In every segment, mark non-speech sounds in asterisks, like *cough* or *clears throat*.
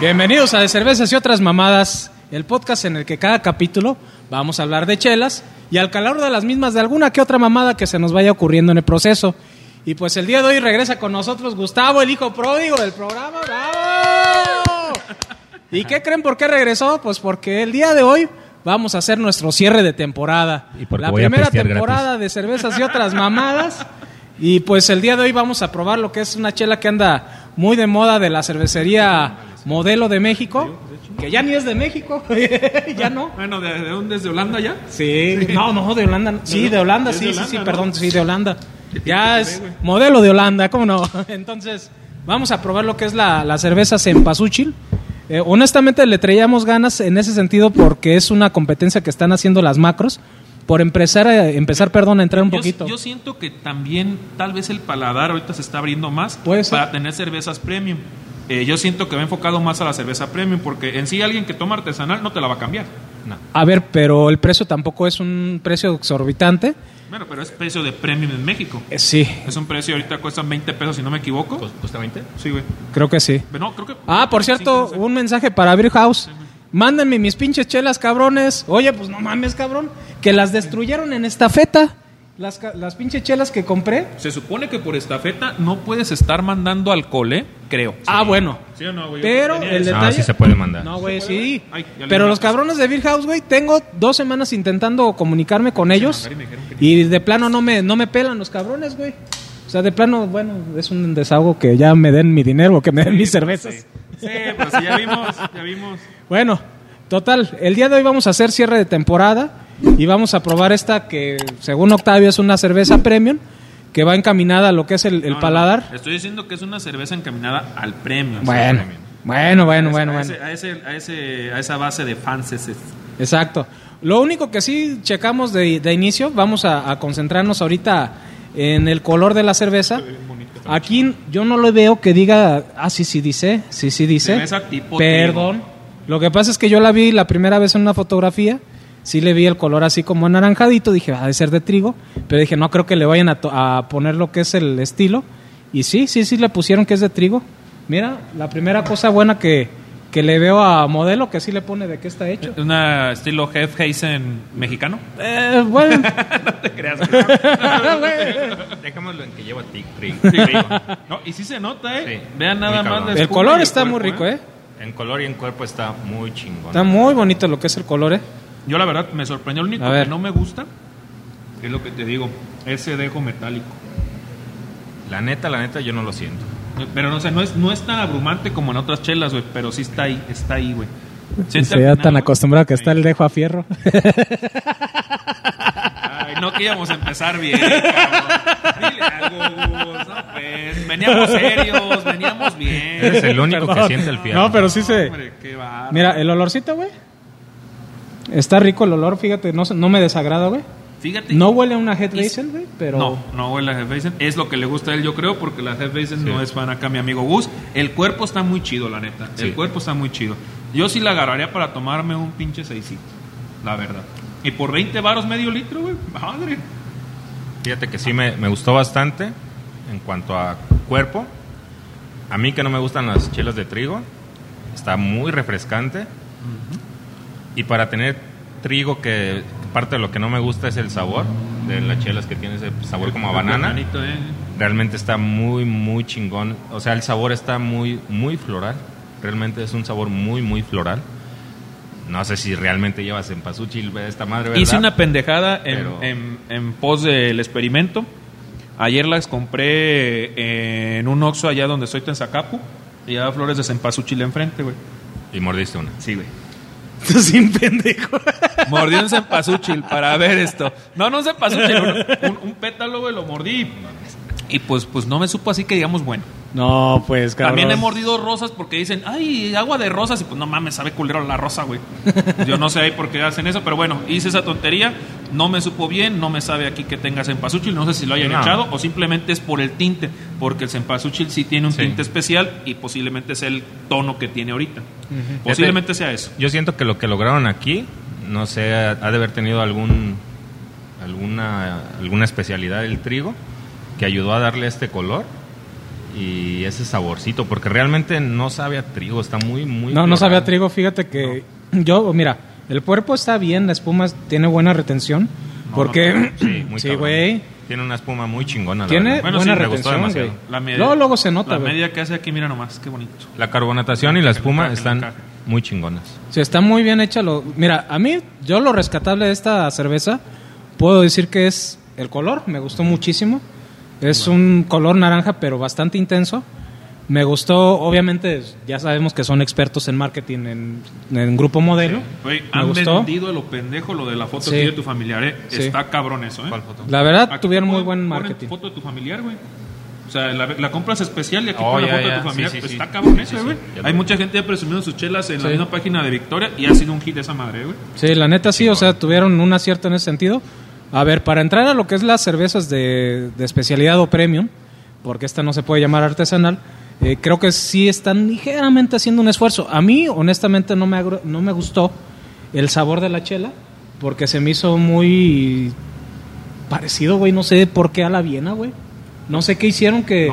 Bienvenidos a De Cervezas y Otras Mamadas, el podcast en el que cada capítulo vamos a hablar de chelas y al calor de las mismas de alguna que otra mamada que se nos vaya ocurriendo en el proceso. Y pues el día de hoy regresa con nosotros Gustavo, el hijo pródigo del programa. ¡Bravo! ¿Y qué creen por qué regresó? Pues porque el día de hoy vamos a hacer nuestro cierre de temporada. Y porque La voy a primera pistear temporada de cervezas y otras mamadas. Y pues el día de hoy vamos a probar lo que es una chela que anda muy de moda de la cervecería Modelo de México, que ya ni es de México, *laughs* ya no. Bueno, ¿de, de dónde es? ¿De Holanda ya? Sí, no, no, de Holanda. no. Sí, de Holanda, Es sí, de sí, sí, Holanda, ¿no? perdón, sí, de Holanda. Ya es güey. modelo de Holanda, ¿cómo no? *laughs* Entonces, vamos a probar lo que es la, la cerveza Cempasúchil. Eh, honestamente, le traíamos ganas en ese sentido porque es una competencia que están haciendo las macros por empezar, a, empezar perdón, a entrar un Yo- poquito. Yo, siento que también, tal vez el paladar ahorita se está abriendo más Puede ser. para tener cervezas premium. Eh, yo siento que va enfocado más a la cerveza premium, porque en sí alguien que toma artesanal no te la va a cambiar. A ver, pero el precio tampoco es un precio exorbitante. Bueno, pero es precio de premium en México. Eh, sí, Es un precio, ahorita cuestan 20 pesos, si no me equivoco. ¿Costa 20? Sí, güey. creo que sí. Pero No, creo que. Ah, por cierto, Sí, creo que- un mensaje para Beer House. Mándenme mis pinches chelas, cabrones. Oye, pues no mames, cabrón. Que las destruyeron en estafeta. Las, ca- las pinches chelas que compré. Se supone que por estafeta no puedes estar mandando alcohol, ¿eh? Creo. Ah, bueno. ¿Sí o no, güey? Yo Pero tenía el esa- detalle... No, Ah, sí se puede mandar. No, güey, ¿Se puede, sí. güey? Ay, ya le Pero di los una- cabrones de Beer House, güey, tengo dos semanas intentando comunicarme con ellos. mandar y me dijeron que no. Y de plano no me, no me pelan los cabrones, güey. O sea, de plano, bueno, es un desahogo que ya me den mi dinero, que me den mis cervezas. pues Sí, pero sí, ya vimos, ya vimos. Bueno, total, el día de hoy vamos a hacer cierre de temporada y vamos a probar esta que, según Octavio, es una cerveza premium que va encaminada a lo que es el, el No, no, paladar. Estoy diciendo que es una cerveza encaminada al premio. Bueno, Sí, bueno, bueno, a bueno, ese- bueno. A, ese, a, ese- a esa base de fans. este. ese- Exacto. Lo único que sí checamos de, de inicio, vamos a, a concentrarnos ahorita en el color de la cerveza. Aquí yo no lo veo que diga, ah, sí, sí dice, sí, sí dice. Cerveza tipo Perdón. Lo que pasa es que yo la vi la primera vez en una fotografía, sí le vi el color así como anaranjadito, dije, ha de ser de trigo, pero dije, no creo que le vayan a, to- a poner lo que es el estilo. Y sí, sí, sí le pusieron que es de trigo. Mira, la primera cosa buena que, que le veo a modelo, que sí le pone de qué está hecho. Es Una estilo Hefheisen mexicano. Eh, *laughs* bueno, *laughs* Te creas. Dejémoslo en que lleva tigre. no, y sí se nota, ¿eh? Sí. Vean nada Muy más. cabrón. la El el espuma y color el está muy cuerpo, rico, ¿eh? En color y en cuerpo está muy chingón. Está muy bonito lo que es el color, ¿eh? Yo la verdad me sorprendió. Lo único A ver. que no me gusta es lo que te digo. Ese dejo metálico. La neta, la neta, yo no lo siento. Pero no sé, no es, no es tan abrumante como en otras chelas, güey. Pero sí está ahí, está ahí, güey. Siente al final, güey. el dejo a *laughs* fierro. Ay, no que íbamos a empezar bien, cabrón. Dile algo, Gus, no, pues. Veníamos serios, veníamos Eres bien. el único que siente el fierro. Eh, No, pero sí se... Hombre, qué bárbaro. Mira, el olorcito, güey. Está rico el olor, fíjate, no, se- no me desagrada, güey. Fíjate. No huele a una Head Racer, güey, pero... *laughs* No, no huele a Hefeisen. Es lo que le gusta a él, yo creo, porque la Hefeisen no es fan acá, mi amigo Gus. El cuerpo está muy chido, la neta. Sí. El cuerpo está muy chido. Yo sí la agarraría para tomarme un pinche seisito, la verdad. Y por 20 varos medio litro, güey. Madre. Fíjate que sí me, me gustó bastante en cuanto a cuerpo. A mí que no me gustan las chelas de trigo, está muy refrescante. Y para tener trigo, que parte de lo que no me gusta es el sabor de las chelas que tiene ese sabor como a banana. Bananito, eh. Realmente está muy, muy chingón. O sea, el sabor está muy, muy floral. Realmente es un sabor muy, muy floral. No sé si realmente llevas en pasuchil esta madre, ¿verdad? Hice una pendejada en, Pero- en- en pos del experimento. Ayer las compré eh, en un Oxxo allá donde estoy, en Zacapu. Y llevaba flores de cempasúchil enfrente, güey. Y mordiste una. Sí, güey. Sin pendejo. Mordí un cempasúchil para ver esto. No, no un cempasúchil, un, un- un pétalo, güey, lo mordí. Y pues, pues no me supo así que digamos, bueno. No, pues, cabrón. También he mordido rosas porque dicen, ay, agua de rosas. Y pues no mames, sabe culero la *laughs* rosa, güey. Yo no sé ahí por qué hacen eso, pero bueno, hice esa tontería. No me supo bien, no me sabe aquí que tenga cempasúchil. No sé si lo hayan No. echado o simplemente es por el tinte. Porque el cempasúchil sí tiene un Sí. tinte especial y posiblemente sea el tono que tiene ahorita. Posiblemente sea eso. Yo siento que lo que lograron aquí, no sé, ha ha de haber tenido algún, alguna, alguna especialidad del trigo que ayudó a darle este color y ese saborcito, porque realmente no sabe a trigo, está muy, muy... No, no floral. sabía trigo, fíjate que yo, mira, el cuerpo está bien, la espuma tiene buena retención, No, porque, Sí, *clears throat* muy sí, cabrón. güey, Tiene una espuma muy chingona. la tiene verdad. Bueno, buena sí, me gustó retención, demasiado. güey. La media- Luego, luego se nota, La güey. media que hace aquí, mira nomás, qué bonito. La carbonatación y la espuma encaje, el están encaje. muy chingonas. Sí, está muy bien hecha. Lo... Mira, a mí, yo lo rescatable de esta cerveza, puedo decir que es el color, me gustó muchísimo. Es un color naranja, pero bastante intenso. Me gustó, obviamente, ya sabemos que son expertos en marketing, en, en grupo modelo. Güey, me han gustó. vendido a lo pendejo lo de la foto Sí. que dio tu familiar, ¿eh? Sí. Está cabrón eso, ¿eh? ¿Cuál foto? La verdad, Aquí tuvieron muy ponen- buen ponen marketing. foto de tu familiar, güey. O sea, la, la compras especial y aquí Oh, ponen la ya, foto ya. de tu Sí, familiar. sí, Pues sí. Está cabrón Sí, eso, sí, güey. sí. Ya lo Hay vi. mucha gente presumiendo sus chelas en la Sí. misma página de Victoria y ha sido un hit esa madre, güey. Sí, la neta sí, o sea, tuvieron un acierto en ese sentido. A ver, para entrar a lo que es las cervezas de, de especialidad o premium, porque esta no se puede llamar artesanal, eh, creo que sí están ligeramente haciendo un esfuerzo. A mí, honestamente, no me, agru- no me gustó el sabor de la chela, porque se me hizo muy parecido, güey, no sé por qué a la Viena, güey. No sé qué hicieron que...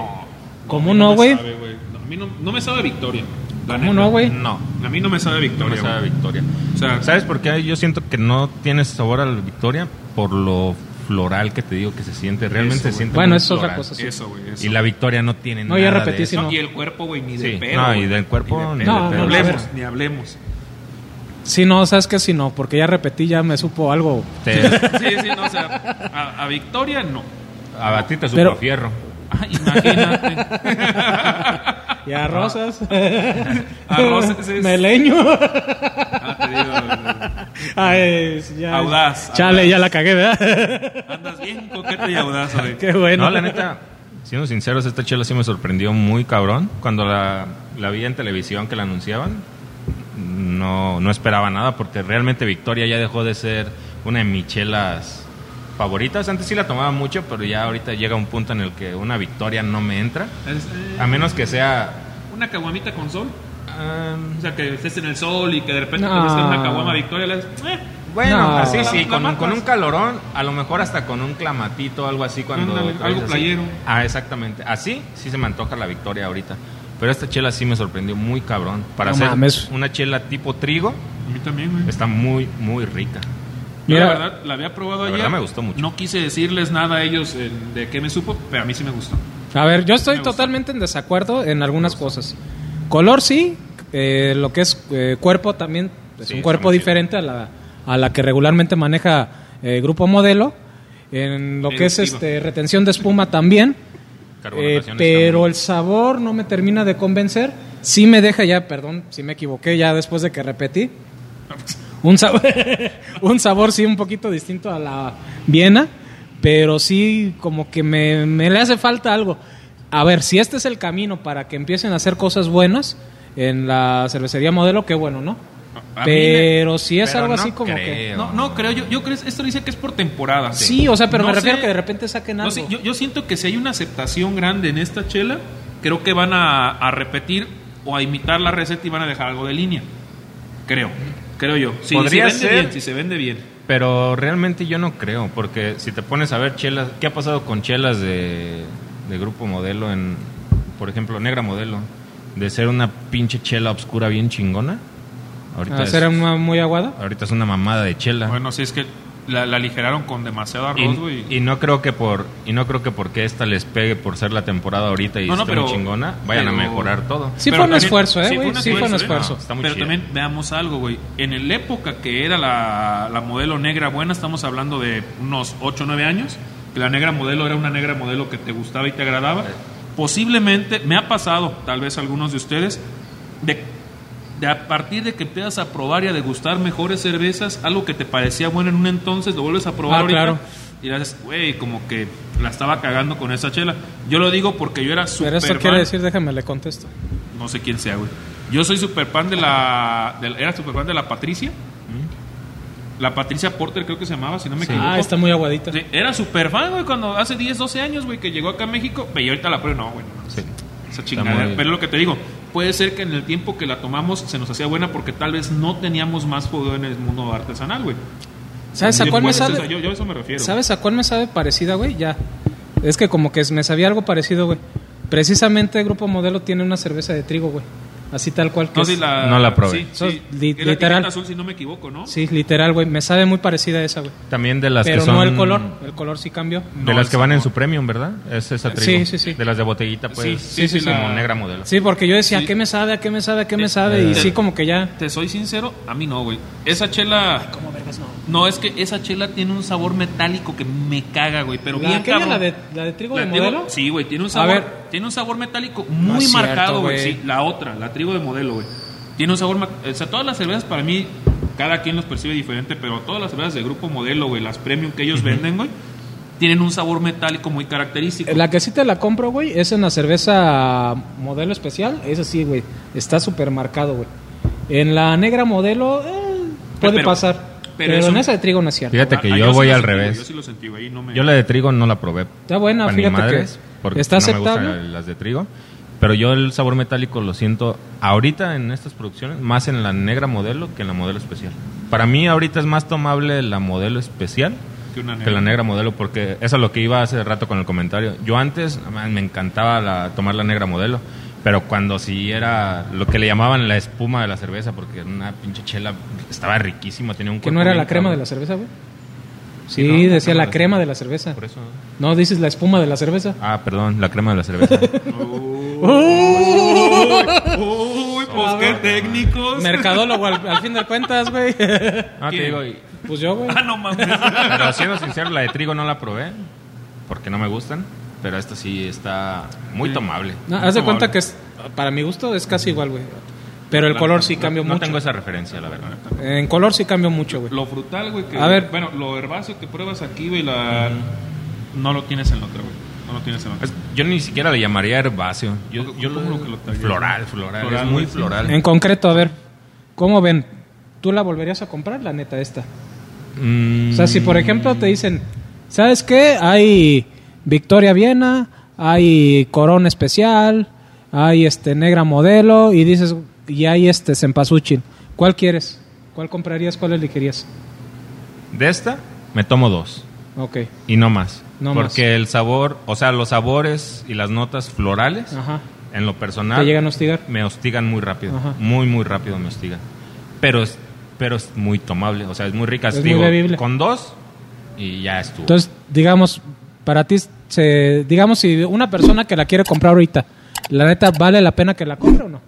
¿Cómo a no, mí güey? me sabe, No, A mí no, no me sabe Victoria. la ¿Cómo neta. no, güey? No, A mí no me sabe no Victoria. me sabe a güey. Victoria. O sea, ¿Sabes por qué yo siento que no tiene sabor a la Victoria? Por lo floral que te digo que se siente. Realmente Eso, se güey. siente Bueno, muy es otra floral. cosa, sí. Eso, güey. eso. Y la Victoria no tiene No, nada ya de repetí, eso. sí, No, y el cuerpo, güey, ni de Sí, pedo. no, y güey. del cuerpo, ni de No, pedo. no No, no, hablemos, no. ni hablemos. Sí, no, sabes que sí, no, porque ya repetí, ya me supo algo. *laughs* Te- Sí, sí, no, o sea, a, a Victoria no. a ti te supo Pero- a fierro. Ah, *laughs* imagínate. Y a rosas. Ah. A rosas es- Meleño. Ah, te digo, Ay, ya. Audaz, Chale, audaz. ya la cagué, ¿verdad? andas bien coqueta y audaz, *laughs* güey. Qué bueno. No, la neta, siendo sinceros, esta chela sí me sorprendió muy cabrón. Cuando la, la vi en televisión que la anunciaban, no, no esperaba nada porque realmente Victoria ya dejó de ser una de mis chelas favoritas. Antes sí la tomaba mucho, pero ya ahorita llega un punto en el que una Victoria no me entra. Es, eh, A menos que sea... Una caguamita con sol. um, O sea, que estés en el sol y que de repente No. te busques una caguama Victoria. le haces, eh, bueno, No. así La- sí, la con, un- matas. con un calorón, a lo mejor hasta con un clamatito, algo así cuando... Ándale, traes algo así. playero. Ah, exactamente. Así sí se me antoja la victoria ahorita. Pero esta chela sí me sorprendió muy cabrón. Para No hacer mames. una chela tipo trigo, A mí también, güey. está muy, muy rica. Yo, Mira. la verdad, la había probado La ayer. verdad me gustó mucho. No quise decirles nada a ellos eh, de qué me supo, pero a mí sí me gustó. A ver, yo estoy Me gusta. totalmente en desacuerdo en algunas cosas. Color sí, eh, lo que es eh, cuerpo también, es Sí, un está cuerpo muy chido. diferente a la, a la que regularmente maneja eh, Grupo Modelo. En lo que es Eruptiva. este retención de espuma también. Eh, Carbonatación está pero muy- el sabor no me termina de convencer. Sí me deja ya, perdón, si me equivoqué ya después de que *laughs* repetí. Un sabor, *laughs* un sabor sí un poquito distinto a la Viena, pero sí como que me, me le hace falta algo. A ver, si este es el camino para que empiecen a hacer cosas buenas en la cervecería modelo, qué bueno, ¿no? A mí me- Pero si es pero algo no así como que... creo. No, no, creo, yo, yo creo, esto dice que es por temporada. Sí, o sea, pero No me refiero sé- que de repente saquen no algo. sé, yo, yo siento que si hay una aceptación grande en esta chela, creo que van a, a repetir o a imitar la receta y van a dejar algo de línea. Creo, creo yo. Si, si Podría vende ser. bien, si se vende bien. Pero realmente yo no creo, porque si te pones a ver chelas, ¿qué ha pasado con chelas de, de grupo modelo en, por ejemplo, Negra Modelo? De ser una pinche chela obscura bien chingona. Ahorita, ¿Hacer es, Ah, una muy aguada? ahorita es una mamada de chela. Bueno, si es que la, la aligeraron con demasiado arroz, güey. y, y no creo que por y no creo que porque esta les pegue por ser la temporada ahorita y No, no, esté pero- muy chingona, vayan pero- a mejorar todo. Sí Pero fue un también- esfuerzo, ¿eh, sí fue güey? un Sí fue un esfuerzo, ¿eh? esfuerzo. No, está muy Pero chida. también veamos algo, güey. En la época que era la, la modelo negra buena, estamos hablando de unos 8 o 9 años, que la negra modelo era una negra modelo que te gustaba y te agradaba. Posiblemente, me ha pasado, tal vez a algunos de ustedes, de, de a partir de que empiezas a probar y a degustar mejores cervezas, algo que te parecía bueno en un entonces, lo vuelves a probar Ah, ahorita. claro. Y le haces, güey, como que la estaba cagando con esa chela. Yo lo digo porque yo era súper Pero esto quiere decir, déjame le contesto. no sé quién sea, güey. Yo soy super fan de la. de la- era super fan de la Patricia. La Patricia Porter, creo que se llamaba, si no me equivoco. Mm. Ah, está muy aguadita. Sí, Era super fan, güey, cuando hace 10, 12 años, güey, que llegó acá a México. Ve, Y ahorita la prueba, no, güey. no, Sí. Esa chingadera. muy- Pero es lo que te digo, puede ser que en el tiempo que la tomamos se nos hacía buena porque tal vez no teníamos más juego en el mundo artesanal, güey. ¿Sabes a Sí, cuál me puede ser, o sea, sabe? Yo, yo a eso me refiero. ¿Sabes a cuál me sabe parecida, güey? Ya. Es que como que me sabía algo parecido, güey. Precisamente el grupo modelo tiene una cerveza de trigo, güey. Así tal cual que No, es. sí, la, No la probé. Sí, Eso es sí. li- Es la literal. etiqueta azul, si no me equivoco, ¿no? Sí, literal, güey. Me sabe muy parecida a esa, güey. También de las Pero que son. no el color. El color sí cambió. De No, las el que van en sabor. su premium, ¿verdad? Es esa Sí, trigo. sí, sí. De las de botellita, pues. Sí, sí, sí, como la- negra modelo. Sí, porque yo decía, Sí. ¿a qué me sabe? ¿A qué me sabe? ¿A qué me Eh, sabe? Y eh. sí, como que ya. Te soy sincero, a mí no, güey. Esa chela. No, es que esa chela tiene un sabor metálico que me caga, güey. Pero bien aquella, cabrón. la de, la de trigo La de trigo- modelo? Sí, güey, tiene un A sabor. ver. Tiene un sabor metálico No muy es cierto, marcado, güey. güey. Sí, la otra, la trigo de modelo, güey. Tiene un sabor. ma- O sea, todas las cervezas para mí, cada quien los percibe diferente, pero todas las cervezas de grupo modelo, güey, las premium que ellos venden, güey, tienen un sabor metálico muy característico. La que sí te la compro, güey, es en la cerveza modelo especial. Esa sí, güey. Está súper marcado, güey. En la negra modelo eh, puede Pero- pasar. pero Pero, es en un- esa de trigo no es cierto. Fíjate que Ah, yo sí voy lo al sentí, güey, revés. Yo sí lo sentí, güey, y no me- Yo la de trigo no la probé. Está buena, pa' ni fíjate que porque está no me gustan aceptable. las de trigo. Pero yo el sabor metálico lo siento ahorita en estas producciones, más en la negra modelo que en la modelo especial. Para mí ahorita es más tomable la modelo especial que una negra. que la negra modelo, porque eso es lo que iba hace rato con el comentario. Yo antes man, me encantaba la- tomar la negra modelo, pero cuando sí era lo que le llamaban la espuma de la cerveza, porque era una pinche chela estaba riquísima, tenía un Que no era la crema de la cerveza, güey. Sí, decía la crema de la cerveza. Por eso. No, dices la espuma de la cerveza. Ah, perdón, la crema de la cerveza. Uy, pues qué técnicos. Mercadólogo al, al fin de cuentas, güey. Ah, te ¿Quién? digo, y- Pues yo, *laughs* güey. Ah, no mames. pero siendo sincero, la de trigo no la probé porque no me gustan, pero esta sí está muy tomable. No, Ah, haz de Tomable. cuenta que es- para mi gusto es casi igual, güey. Pero el color sí No- cambió no mucho. tengo esa referencia, la verdad. En color sí cambió mucho, güey. Lo frutal, güey, que... A ver. Bueno, lo herbáceo que pruebas aquí, güey, la... No lo tienes en la otra, güey. No lo tienes en la otra. Es- yo ni siquiera le llamaría herbáceo. Yo, ¿Cómo- yo cómo lo que lo traía? floral, floral, Floral, es muy güey, sí. floral. En concreto, a ver, ¿cómo ven? ¿Tú la volverías a comprar, la neta, esta? Mm, O sea, si por ejemplo te dicen, ¿sabes qué? Hay Victoria Viena, hay Corona Especial, hay este Negra Modelo y dices, y hay este Cempasúchil. ¿Cuál quieres? ¿Cuál comprarías? ¿Cuál elegirías? de esta me tomo dos Ok, y no más, No más. porque el sabor, o sea, los sabores y las notas florales, ajá. en lo personal, Ah. ¿Te llegan a hostigar? me hostigan muy rápido, Ajá. muy muy rápido me hostigan. Pero es pero es muy tomable, o sea, es muy rica, Es muy digo, bebible. con dos y ya estuvo. Entonces, digamos, para ti, se, digamos, si una persona que la quiere comprar ahorita, la neta, ¿vale la pena que la compre o no?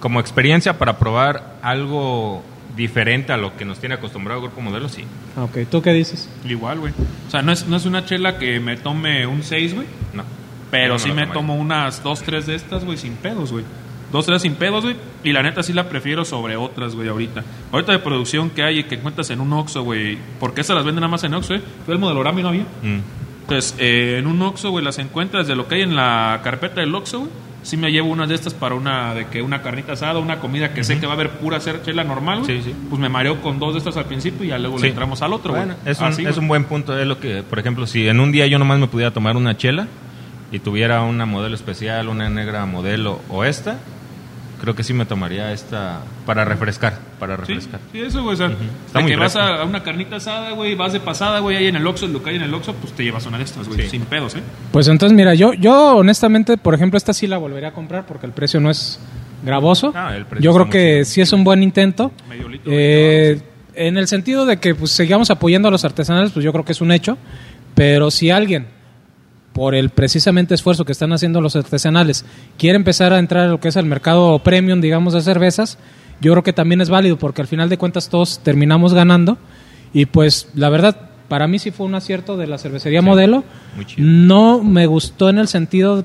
Como experiencia para probar algo diferente a lo que nos tiene acostumbrado el grupo modelo, sí. Ah, Ok, ¿tú qué dices? Igual, güey. O sea, no es, no es una chela que me tome un 6, güey. No. Pero No sí la me tomaría. tomo unas 2, 3 de estas, güey, sin pedos, güey. Dos, tres sin pedos, güey. Y la neta sí la prefiero sobre otras, güey, ahorita. Ahorita de producción que hay y que encuentras en un Oxxo, güey. Porque esas las venden nada más en Oxxo, güey. Fue el modelorama y no había. Mm. Entonces, eh, en un Oxxo, güey, las encuentras de lo que hay en la carpeta del Oxxo, güey. Sí me llevo una de estas para una de que una carnita asada, una comida que sé que va a haber pura hacer chela normal, güey. Sí, sí. Pues me mareo con dos de estas al principio y ya luego Sí. le entramos al otro, güey. Bueno, es, un, Así, es güey. un buen punto. Es lo que, por ejemplo, si en un día yo nomás me pudiera tomar una chela y tuviera una modelo especial, una negra modelo o esta, creo que sí me tomaría esta para refrescar, para Sí, refrescar. sí, eso, güey. O sea, Está de muy que vas fresco. a, a una carnita asada, güey, vas de pasada, güey, ahí en el Oxxo, lo que hay en el Oxxo, pues te llevas una de estas, güey, Sí. sin pedos, ¿eh? Pues entonces, mira, yo, yo honestamente, por ejemplo, esta sí la volvería a comprar porque el precio no es gravoso. Ah, el precio yo creo está muy que chido. sí es un buen intento. Medio litro. Eh, en el sentido de que pues, sigamos apoyando a los artesanales, pues yo creo que es un hecho. Pero si alguien, por el precisamente esfuerzo que están haciendo los artesanales, quiere empezar a entrar a lo que es el mercado premium, digamos, de cervezas, yo creo que también es válido porque al final de cuentas todos terminamos ganando. Y pues la verdad, para mí sí fue un acierto de la cervecería modelo. muy chido. No me gustó en el sentido,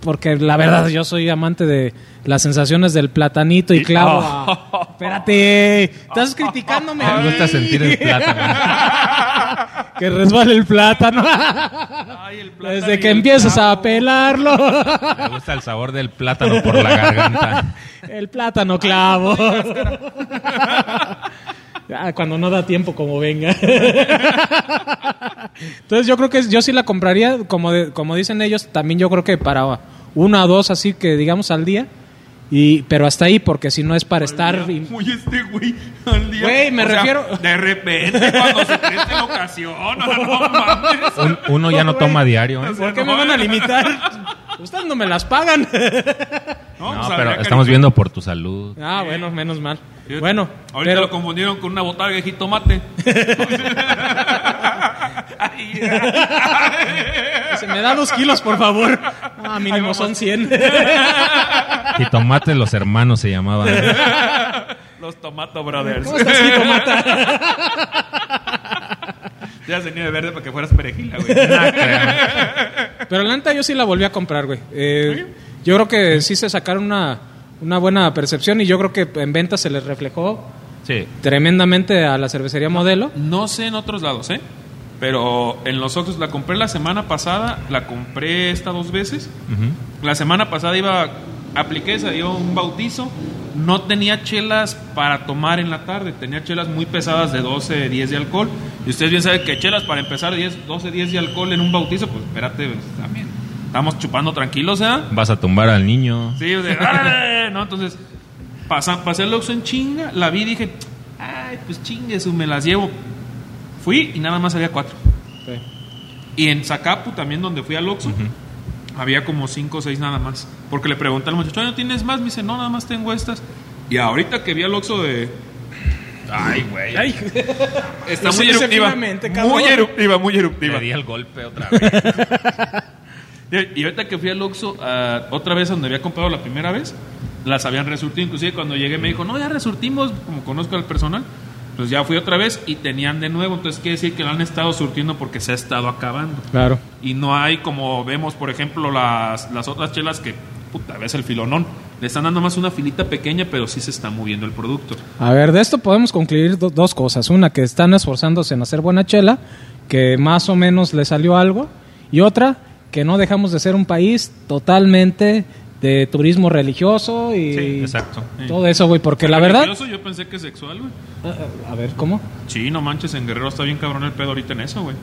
porque la verdad yo soy amante de las sensaciones del platanito y clavo. a- *laughs* Espérate, estás criticándome. Oh. Me gusta ay. sentir el plátano. *laughs* que resbale el *laughs* plátano. Desde que empiezas a pelarlo. *laughs* Me gusta el sabor del plátano por la garganta. El plátano clavo. *laughs* Ah, cuando no da tiempo, como venga. *laughs* Entonces yo creo que yo sí la compraría, como, de- como dicen ellos, también yo creo que para una o dos así que digamos al día. Y, pero hasta ahí, porque si no es para estar... in- Muy este güey al día. Güey, me O sea, refiero- de repente, cuando se preste la ocasión, o sea, no mames. Un- uno ya no toma diario. ¿eh? *laughs* ¿Por qué me van a limitar? Ustedes no me las pagan. *laughs* No, pues, pero habría que- estamos viendo por tu salud. ah, bueno, menos mal. Fíjate, Bueno, Ahorita pero- lo confundieron con una botarga de jitomate. *laughs* Ay, Se me da dos kilos, por favor. Ah, mínimo son 100. Jitomate los hermanos se llamaban. Los Tomato Brothers. ¿Cómo estás, jitomata? Te has venido de verde para que fueras perejila, güey. Pero la neta yo sí la volví a comprar, güey. Eh, yo creo que sí se sacaron una, una buena percepción y yo creo que en venta se les reflejó Sí. tremendamente a la cervecería modelo. No sé en otros lados, ¿eh? Pero en los otros, la compré la semana pasada, la compré esta dos veces. Ujú. La semana pasada iba, apliqué, se dio un bautizo. No tenía chelas para tomar en la tarde, tenía chelas muy pesadas de 12, 10 de alcohol. Y ustedes bien saben que chelas para empezar 10, 12, 10 de alcohol en un bautizo, pues espérate, pues, también. Estamos chupando tranquilos, ¿eh? Vas a tumbar al niño. Sí, o sea, ¡órale! *laughs* ¿no? Entonces, pasa- pasé el Oxxo en chinga, la vi y dije, ay, pues chingue, su, me las llevo. Fui y nada más había cuatro. Sí. Y en Zacapu, también donde fui al Oxxo, había como cinco o seis nada más. Porque le pregunté al muchacho, "Oye, ¿no tienes más? Me dice, no, nada más tengo estas. Y ahorita que vi al Oxxo de... Ay, güey. Ay. Está Lo muy hice eruptiva. finamente, cabrón. Muy eruptiva, muy Le eruptiva. di el golpe otra vez. Y y ahorita que fui al Oxxo, ah, otra vez a donde había comprado la primera vez, las habían resurtido. Inclusive cuando llegué me dijo, no, ya resurtimos, como conozco al personal. Pues ya fui otra vez y tenían de nuevo. Entonces quiere decir que lo han estado surtiendo porque se ha estado acabando. Claro. Y no hay como vemos, por ejemplo, las, las otras chelas que, puta, ves el filonón. Le están dando más una filita pequeña, pero sí se está moviendo el producto. A ver, de esto podemos concluir do- dos cosas. Una, que están esforzándose en hacer buena chela, que más o menos le salió algo. Y otra, que no dejamos de ser un país totalmente de turismo religioso y Sí, exacto. todo eso, güey. Porque la verdad... eh, Religioso, Yo pensé que sexual, güey. A ver, ¿cómo? Sí, no manches, en Guerrero está bien cabrón el pedo ahorita en eso, güey.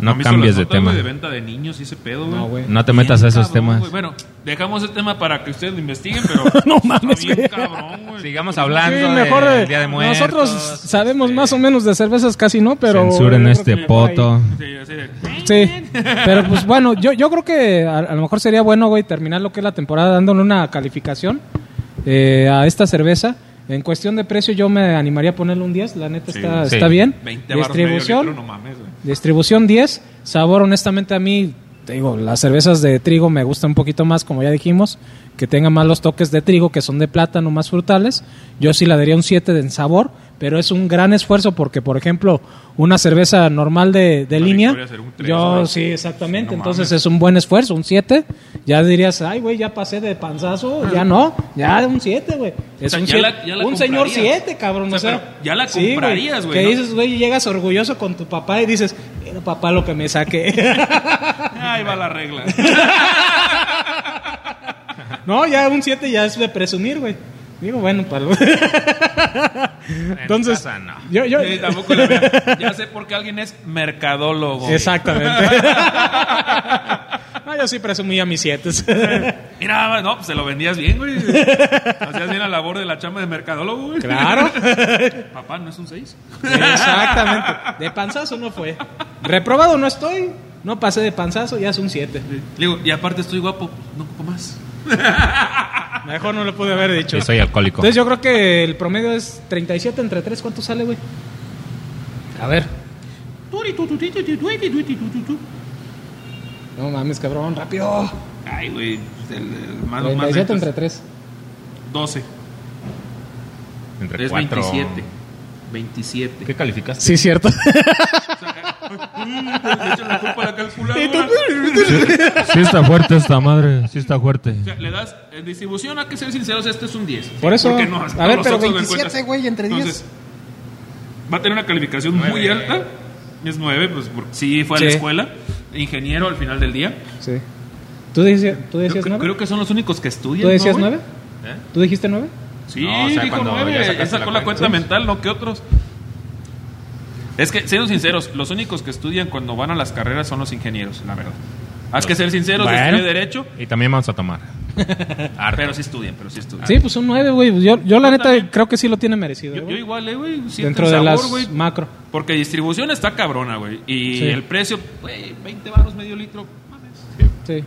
No ¿Han visto cambies las de notas, tema. güey, de venta de niños y ese pedo, güey. No, güey. No te metas a Bien esos cabrón, temas. güey. Bueno, dejamos el tema para que ustedes lo investiguen, *laughs* pero. No está mames, bien güey. cabrón, güey. Sigamos hablando Sí, mejor del eh, Día de Muertos. Nosotros sabemos este, más o menos de cervezas, casi no, pero... Censuren yo este creo que por ahí. poto. Sí, así de- Sí, pero pues bueno, yo, yo creo que a, a lo mejor sería bueno, güey, terminar lo que es la temporada dándole una calificación eh, a esta cerveza. En cuestión de precio yo me animaría a ponerle un 10, la neta Sí, está, sí. está bien. 20 barras medio litro, Distribución, no mames, güey. distribución 10, sabor honestamente a mí, te digo, las cervezas de trigo me gustan un poquito más, como ya dijimos, que tengan más los toques de trigo, que son de plátano, más frutales. Yo sí la daría un 7 en sabor, pero es un gran esfuerzo porque, por ejemplo, una cerveza normal de, de Una línea, Victoria será un tres, yo ¿no? sí, exactamente, Sí, no entonces mames. es un buen esfuerzo, un 7. Ya dirías, ay, güey, ya pasé de panzazo, ya no, ya un 7, güey. Es sea, un, ya siete- la- ya la un señor comprarías. 7, cabrón, O o sea, sea, pero ya la sí, güey, comprarías, güey, que ¿no? dices, güey, llegas orgulloso con tu papá y dices, mira papá lo que me saqué. *laughs* Ahí va *laughs* la regla. no, ya un 7 ya es de presumir, güey. Digo, bueno, para... *laughs* Entonces, casa no. yo, yo... Sí, tampoco le veo. Ya sé por qué alguien es mercadólogo. *laughs* Exactamente. *laughs* no, yo sí presumía mis *laughs* 7. Mira, no, pues se lo vendías bien, *laughs* güey. Hacías bien la labor de la chamba de mercadólogo, güey. claro. *laughs* Papá, ¿no es un 6? Exactamente. De panzazo no fue. Reprobado no estoy. No pasé de panzazo, ya es un 7. Digo, y aparte estoy guapo, no ocupo más. Mejor no lo pude haber dicho. Sí, soy alcohólico. Entonces yo creo que el promedio es 37 entre 3. ¿Cuánto sale, güey? A ver. No mames, cabrón, rápido. Ay, güey, el, el más, más 37 neto es entre 3. 12. Entre Es cuatro. 27. *laughs* 27. *laughs* ¿Qué calificaste? Sí, cierto. *laughs* Le echan la culpa a la calculadora. *laughs* Sí está fuerte esta madre. Sí está fuerte. O sea, le das eh, distribución, hay que ser sinceros, este es un 10. Por eso. Porque no, a no, ver, los pero otros lo 27, encuentras. güey, entre 10. Entonces, va a tener una calificación muy Nueve. alta. Es 9, pues porque sí fue a la Sí. escuela. Ingeniero al final del día. sí. ¿Tú, dices- tú Creo, decías creo- 9? creo que son los únicos que estudian. ¿Tú decías ¿no, güey? ¿Eh? 9? ¿Tú dijiste 9? Sí, No, o sea, dijo cuando ya nueve. sacaste Ya sacó la la cuenta. cuenta mental, no que otros. Es que, siendo sinceros, los únicos que estudian cuando van a las carreras son los ingenieros, la verdad. Has que ser sinceros, yo Bueno. estudié Derecho, Y también vamos a *laughs* tomar. Harto. pero sí estudian, pero sí estudian. Sí, pues un 9, güey. Yo, yo la Ah. Yo neta también. creo que sí lo tiene merecido. Yo, güey. yo igual, eh, güey. siento Dentro el de sabor, las güey. macro. Porque distribución está cabrona, güey. Y Sí. el precio, güey, 20 baros medio litro. mames. Sí.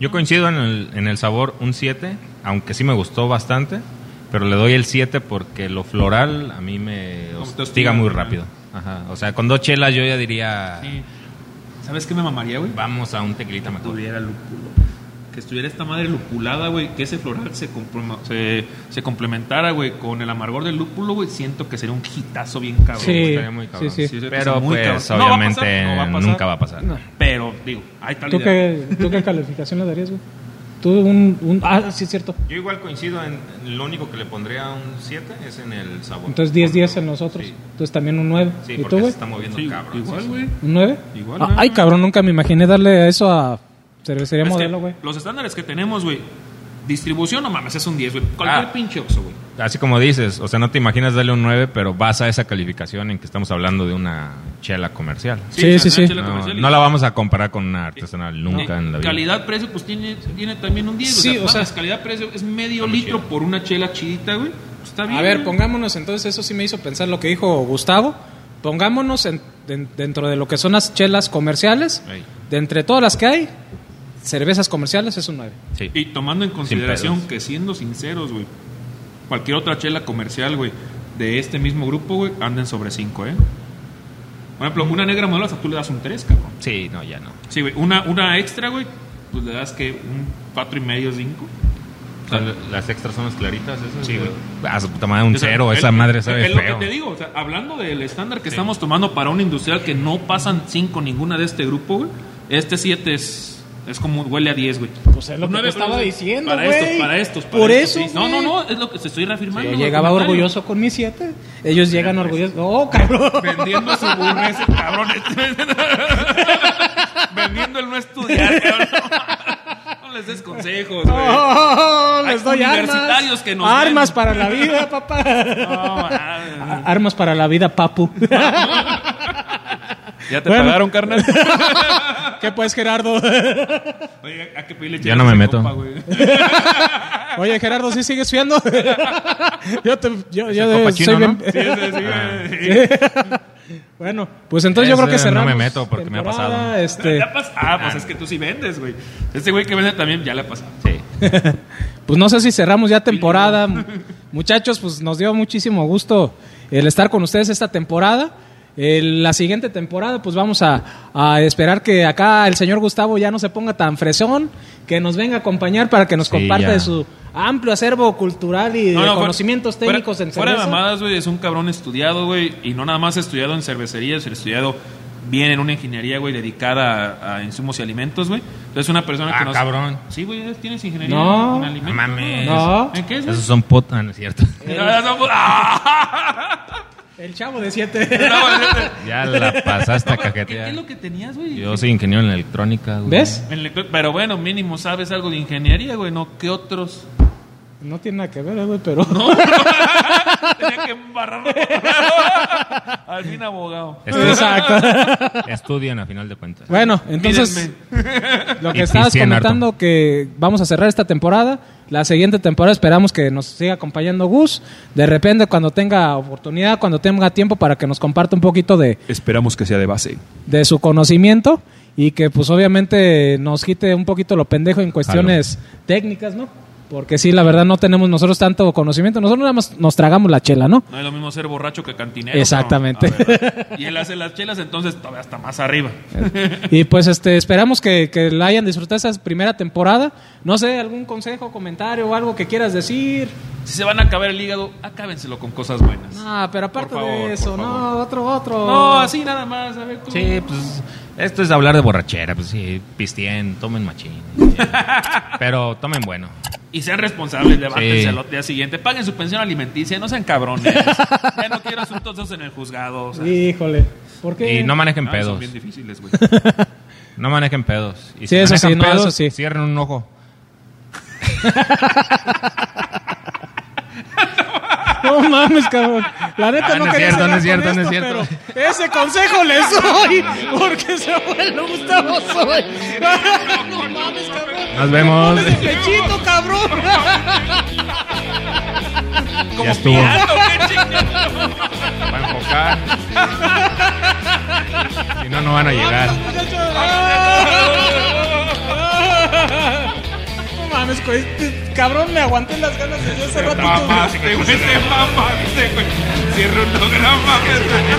Yo coincido en el, en el sabor un 7, aunque sí me gustó bastante, pero le doy el 7 porque lo floral a mí me Como te hostiga, hostiga muy ¿no? rápido. Ajá. O sea, con dos chelas yo ya diría, Sí. ¿Sabes qué me mamaría, güey? vamos a un tequilita Que mejor. tuviera lúpulo. Que estuviera esta madre lupulada, güey. Que ese floral se, comproma- se, se complementara, güey, con el amargor del lúpulo, güey. Siento que sería un hitazo bien cabrón. Sí. güey. Estaría muy cabrón. sí, sí. Sí, Pero muy pues cabrón. No va a pasar, obviamente no va a pasar. nunca va a pasar. No. Pero, digo, ahí está la ¿Tú idea. qué, ¿Tú qué *laughs* calificación le darías, güey? Tú un, un- Ah, sí, es cierto. Yo igual coincido en en lo único que le pondría un 7 es en el sabor. Entonces 10 días en Porque- nosotros. Sí, Entonces también un 9. Sí, ¿Y porque tú, se güey? está moviendo Sí, cabrón. igual, sí, güey. ¿Un 9? Igual, Ah, güey. ay, cabrón, nunca me imaginé darle eso a cervecería Es que modelo, güey. Los estándares que tenemos, güey. Distribución, no mames, es un 10, güey. Cualquier Ah. pinche oxo, güey. Así como dices, o sea, no te imaginas darle un 9, pero vas a esa calificación en que estamos hablando de una chela comercial. Sí, o sea, sí, una sí. chela No, comercial y- no la vamos a comparar con una artesanal, nunca en la vida. Calidad, precio, pues tiene, tiene también un 10. Sí, o o sea, sea- mames, calidad, precio es medio Está muy litro chido. por una chela chidita, güey. Pues está bien. A ver, güey. pongámonos entonces, eso sí me hizo pensar lo que dijo Gustavo. Pongámonos en- den- dentro de lo que son las chelas comerciales. Ey. De entre todas las que hay, cervezas comerciales es un 9. Sí. Y tomando en consideración pedos. que, siendo sinceros, güey, cualquier otra chela comercial, güey, de este mismo grupo, güey, anden sobre 5, ¿eh? Por ejemplo, una negra modelo, hasta tú le das un 3, cabrón. Sí, no, ya no. Sí, güey. Una, una extra, güey, pues le das que un 4 y medio, 5. O sea, las extras son las claritas, esas. Sí, güey. Ah, su puta madre, un O sea, cero, el- esa madre sabe Es lo que feo. te digo, o sea, hablando del estándar que estamos tomando para una industrial que no pasan 5 ninguna de este grupo, güey, este 7 es, es como huele a 10, güey. Pues es lo que Nueve, te estaba pero- diciendo, Para güey. estos, para estos. para Por estos, eso, sí. No, no, güey. no, es lo que te estoy reafirmando. Yo güey, llegaba comentario. orgulloso con mi 7. Ellos llegan orgullosos. ¡Oh, cabrón! *laughs* pues, *laughs* Vendiendo su burro ese cabrón. este. Vendiendo el no estudiar, cabrón. No les des consejos, güey. ¡Oh, les doy universitarios armas! que nos armas ven. para la vida, papá. *laughs* No, ah, A- Armas para la vida, *laughs* papu. ¿Ya te Bueno. pagaron, carnal? *laughs* ¿Qué pues, Gerardo? *laughs* *laughs* Oye, ¿a qué pedirle Ya no me chance, meto. compa, güey? Oye, Gerardo, ¿sí sigues fiando? *laughs* yo te, yo, yo soy Copa chino, bien- ¿no? Sí, sí, sí, Ah. sí. *laughs* Bueno, pues entonces yo Ese creo que no cerramos. me meto porque me ha temporada, pasado. Este, Ya pas- ah, pues es que tú sí vendes, güey. Este güey que vende también ya le ha pasado. Sí. pues no sé si cerramos ya temporada. *laughs* Muchachos, pues nos dio muchísimo gusto el estar con ustedes esta temporada. El- la siguiente temporada, pues vamos a, a esperar que acá el señor Gustavo ya no se ponga tan fresón, que nos venga a acompañar para que nos Sí, comparta ya. de su amplio acervo cultural y No, de no, fuera- conocimientos fuera- técnicos en Fuera de cerveza. mamadas, güey, es un cabrón estudiado, güey. Y no nada más estudiado en cervecerías, sino estudiado bien en una ingeniería, güey, dedicada a, a insumos y alimentos, güey. Entonces, es una persona que Ah, nos. cabrón. Sí, güey, tienes ingeniería No. en alimentos. No mames. No. ¿En qué es, güey? Esos son pot, ah, no es cierto. *laughs* Ah, *laughs* no, pues, ah. *laughs* El chavo de siete. No, güey, Ya la pasaste a *laughs* ¿Qué, qué cajetear. es lo que tenías, güey? Yo soy ingeniero en electrónica, güey. ¿Ves? En la- Pero bueno, mínimo sabes algo de ingeniería, güey, no que otros. No tiene nada que ver, eh, güey, pero. Tenía que embarrarlo. *laughs* Al fin abogado. Estudian- Exacto. *laughs* Estudian a final de *laughs* cuentas. Bueno, entonces, lo que Y- y estabas cien harto. comentando que vamos a cerrar esta temporada. La siguiente temporada esperamos que nos siga acompañando Gus. De repente, cuando tenga oportunidad, cuando tenga tiempo para que nos comparta un poquito de, Esperamos que sea de base. de su conocimiento y que, pues, obviamente nos quite un poquito lo pendejo en cuestiones técnicas, ¿no? Porque sí, la verdad, no tenemos nosotros tanto conocimiento. Nosotros nada más nos tragamos la chela, *laughs* ¿no? No es lo mismo ser borracho que cantinero. Exactamente. cabrón. La verdad. Y él hace las chelas, entonces todavía está *laughs* más arriba. Y pues este esperamos que, que la hayan disfrutado esta primera temporada. No sé, algún consejo, comentario o algo que quieras decir. Si se van a acabar el hígado, acábenselo con cosas buenas. No, No, Ah, pero aparte Por favor, de eso, por no, favor. otro, otro. así nada más. A ver, tú. Sí, pues esto es hablar de borrachera, pues sí, pistien, tomen *laughs* machín. Pero tomen bueno. Y sean responsables, levántense Sí. al día siguiente. Paguen su pensión alimenticia, no *laughs* sean cabrones. ya no quiero asuntos de esos en el juzgado. o sea. Híjole. ¿Por qué? Y no manejen Ah, son pedos. bien difíciles, güey. *laughs* No manejen pedos. Y Sí, eso manejan sí, no, eso sí. Cierren un ojo. No mames, cabrón. La neta Ah, no, no es quería cierto, no cerrar es cierto, con no es esto, cierto. pero Ese consejo les doy porque se vuelve Gustavo soy. No mames, cabrón. Nos vemos. Ese flechito, cabrón. Ya estuvo. Ando, qué chingada. Para enfocar. Si no, no van a llegar. Muchachos. mames, güey. Este Cabrón, me aguanté las ganas desde hace Te rato. mamaste, güey, te mamaste, güey. Cierra un holograma, güey.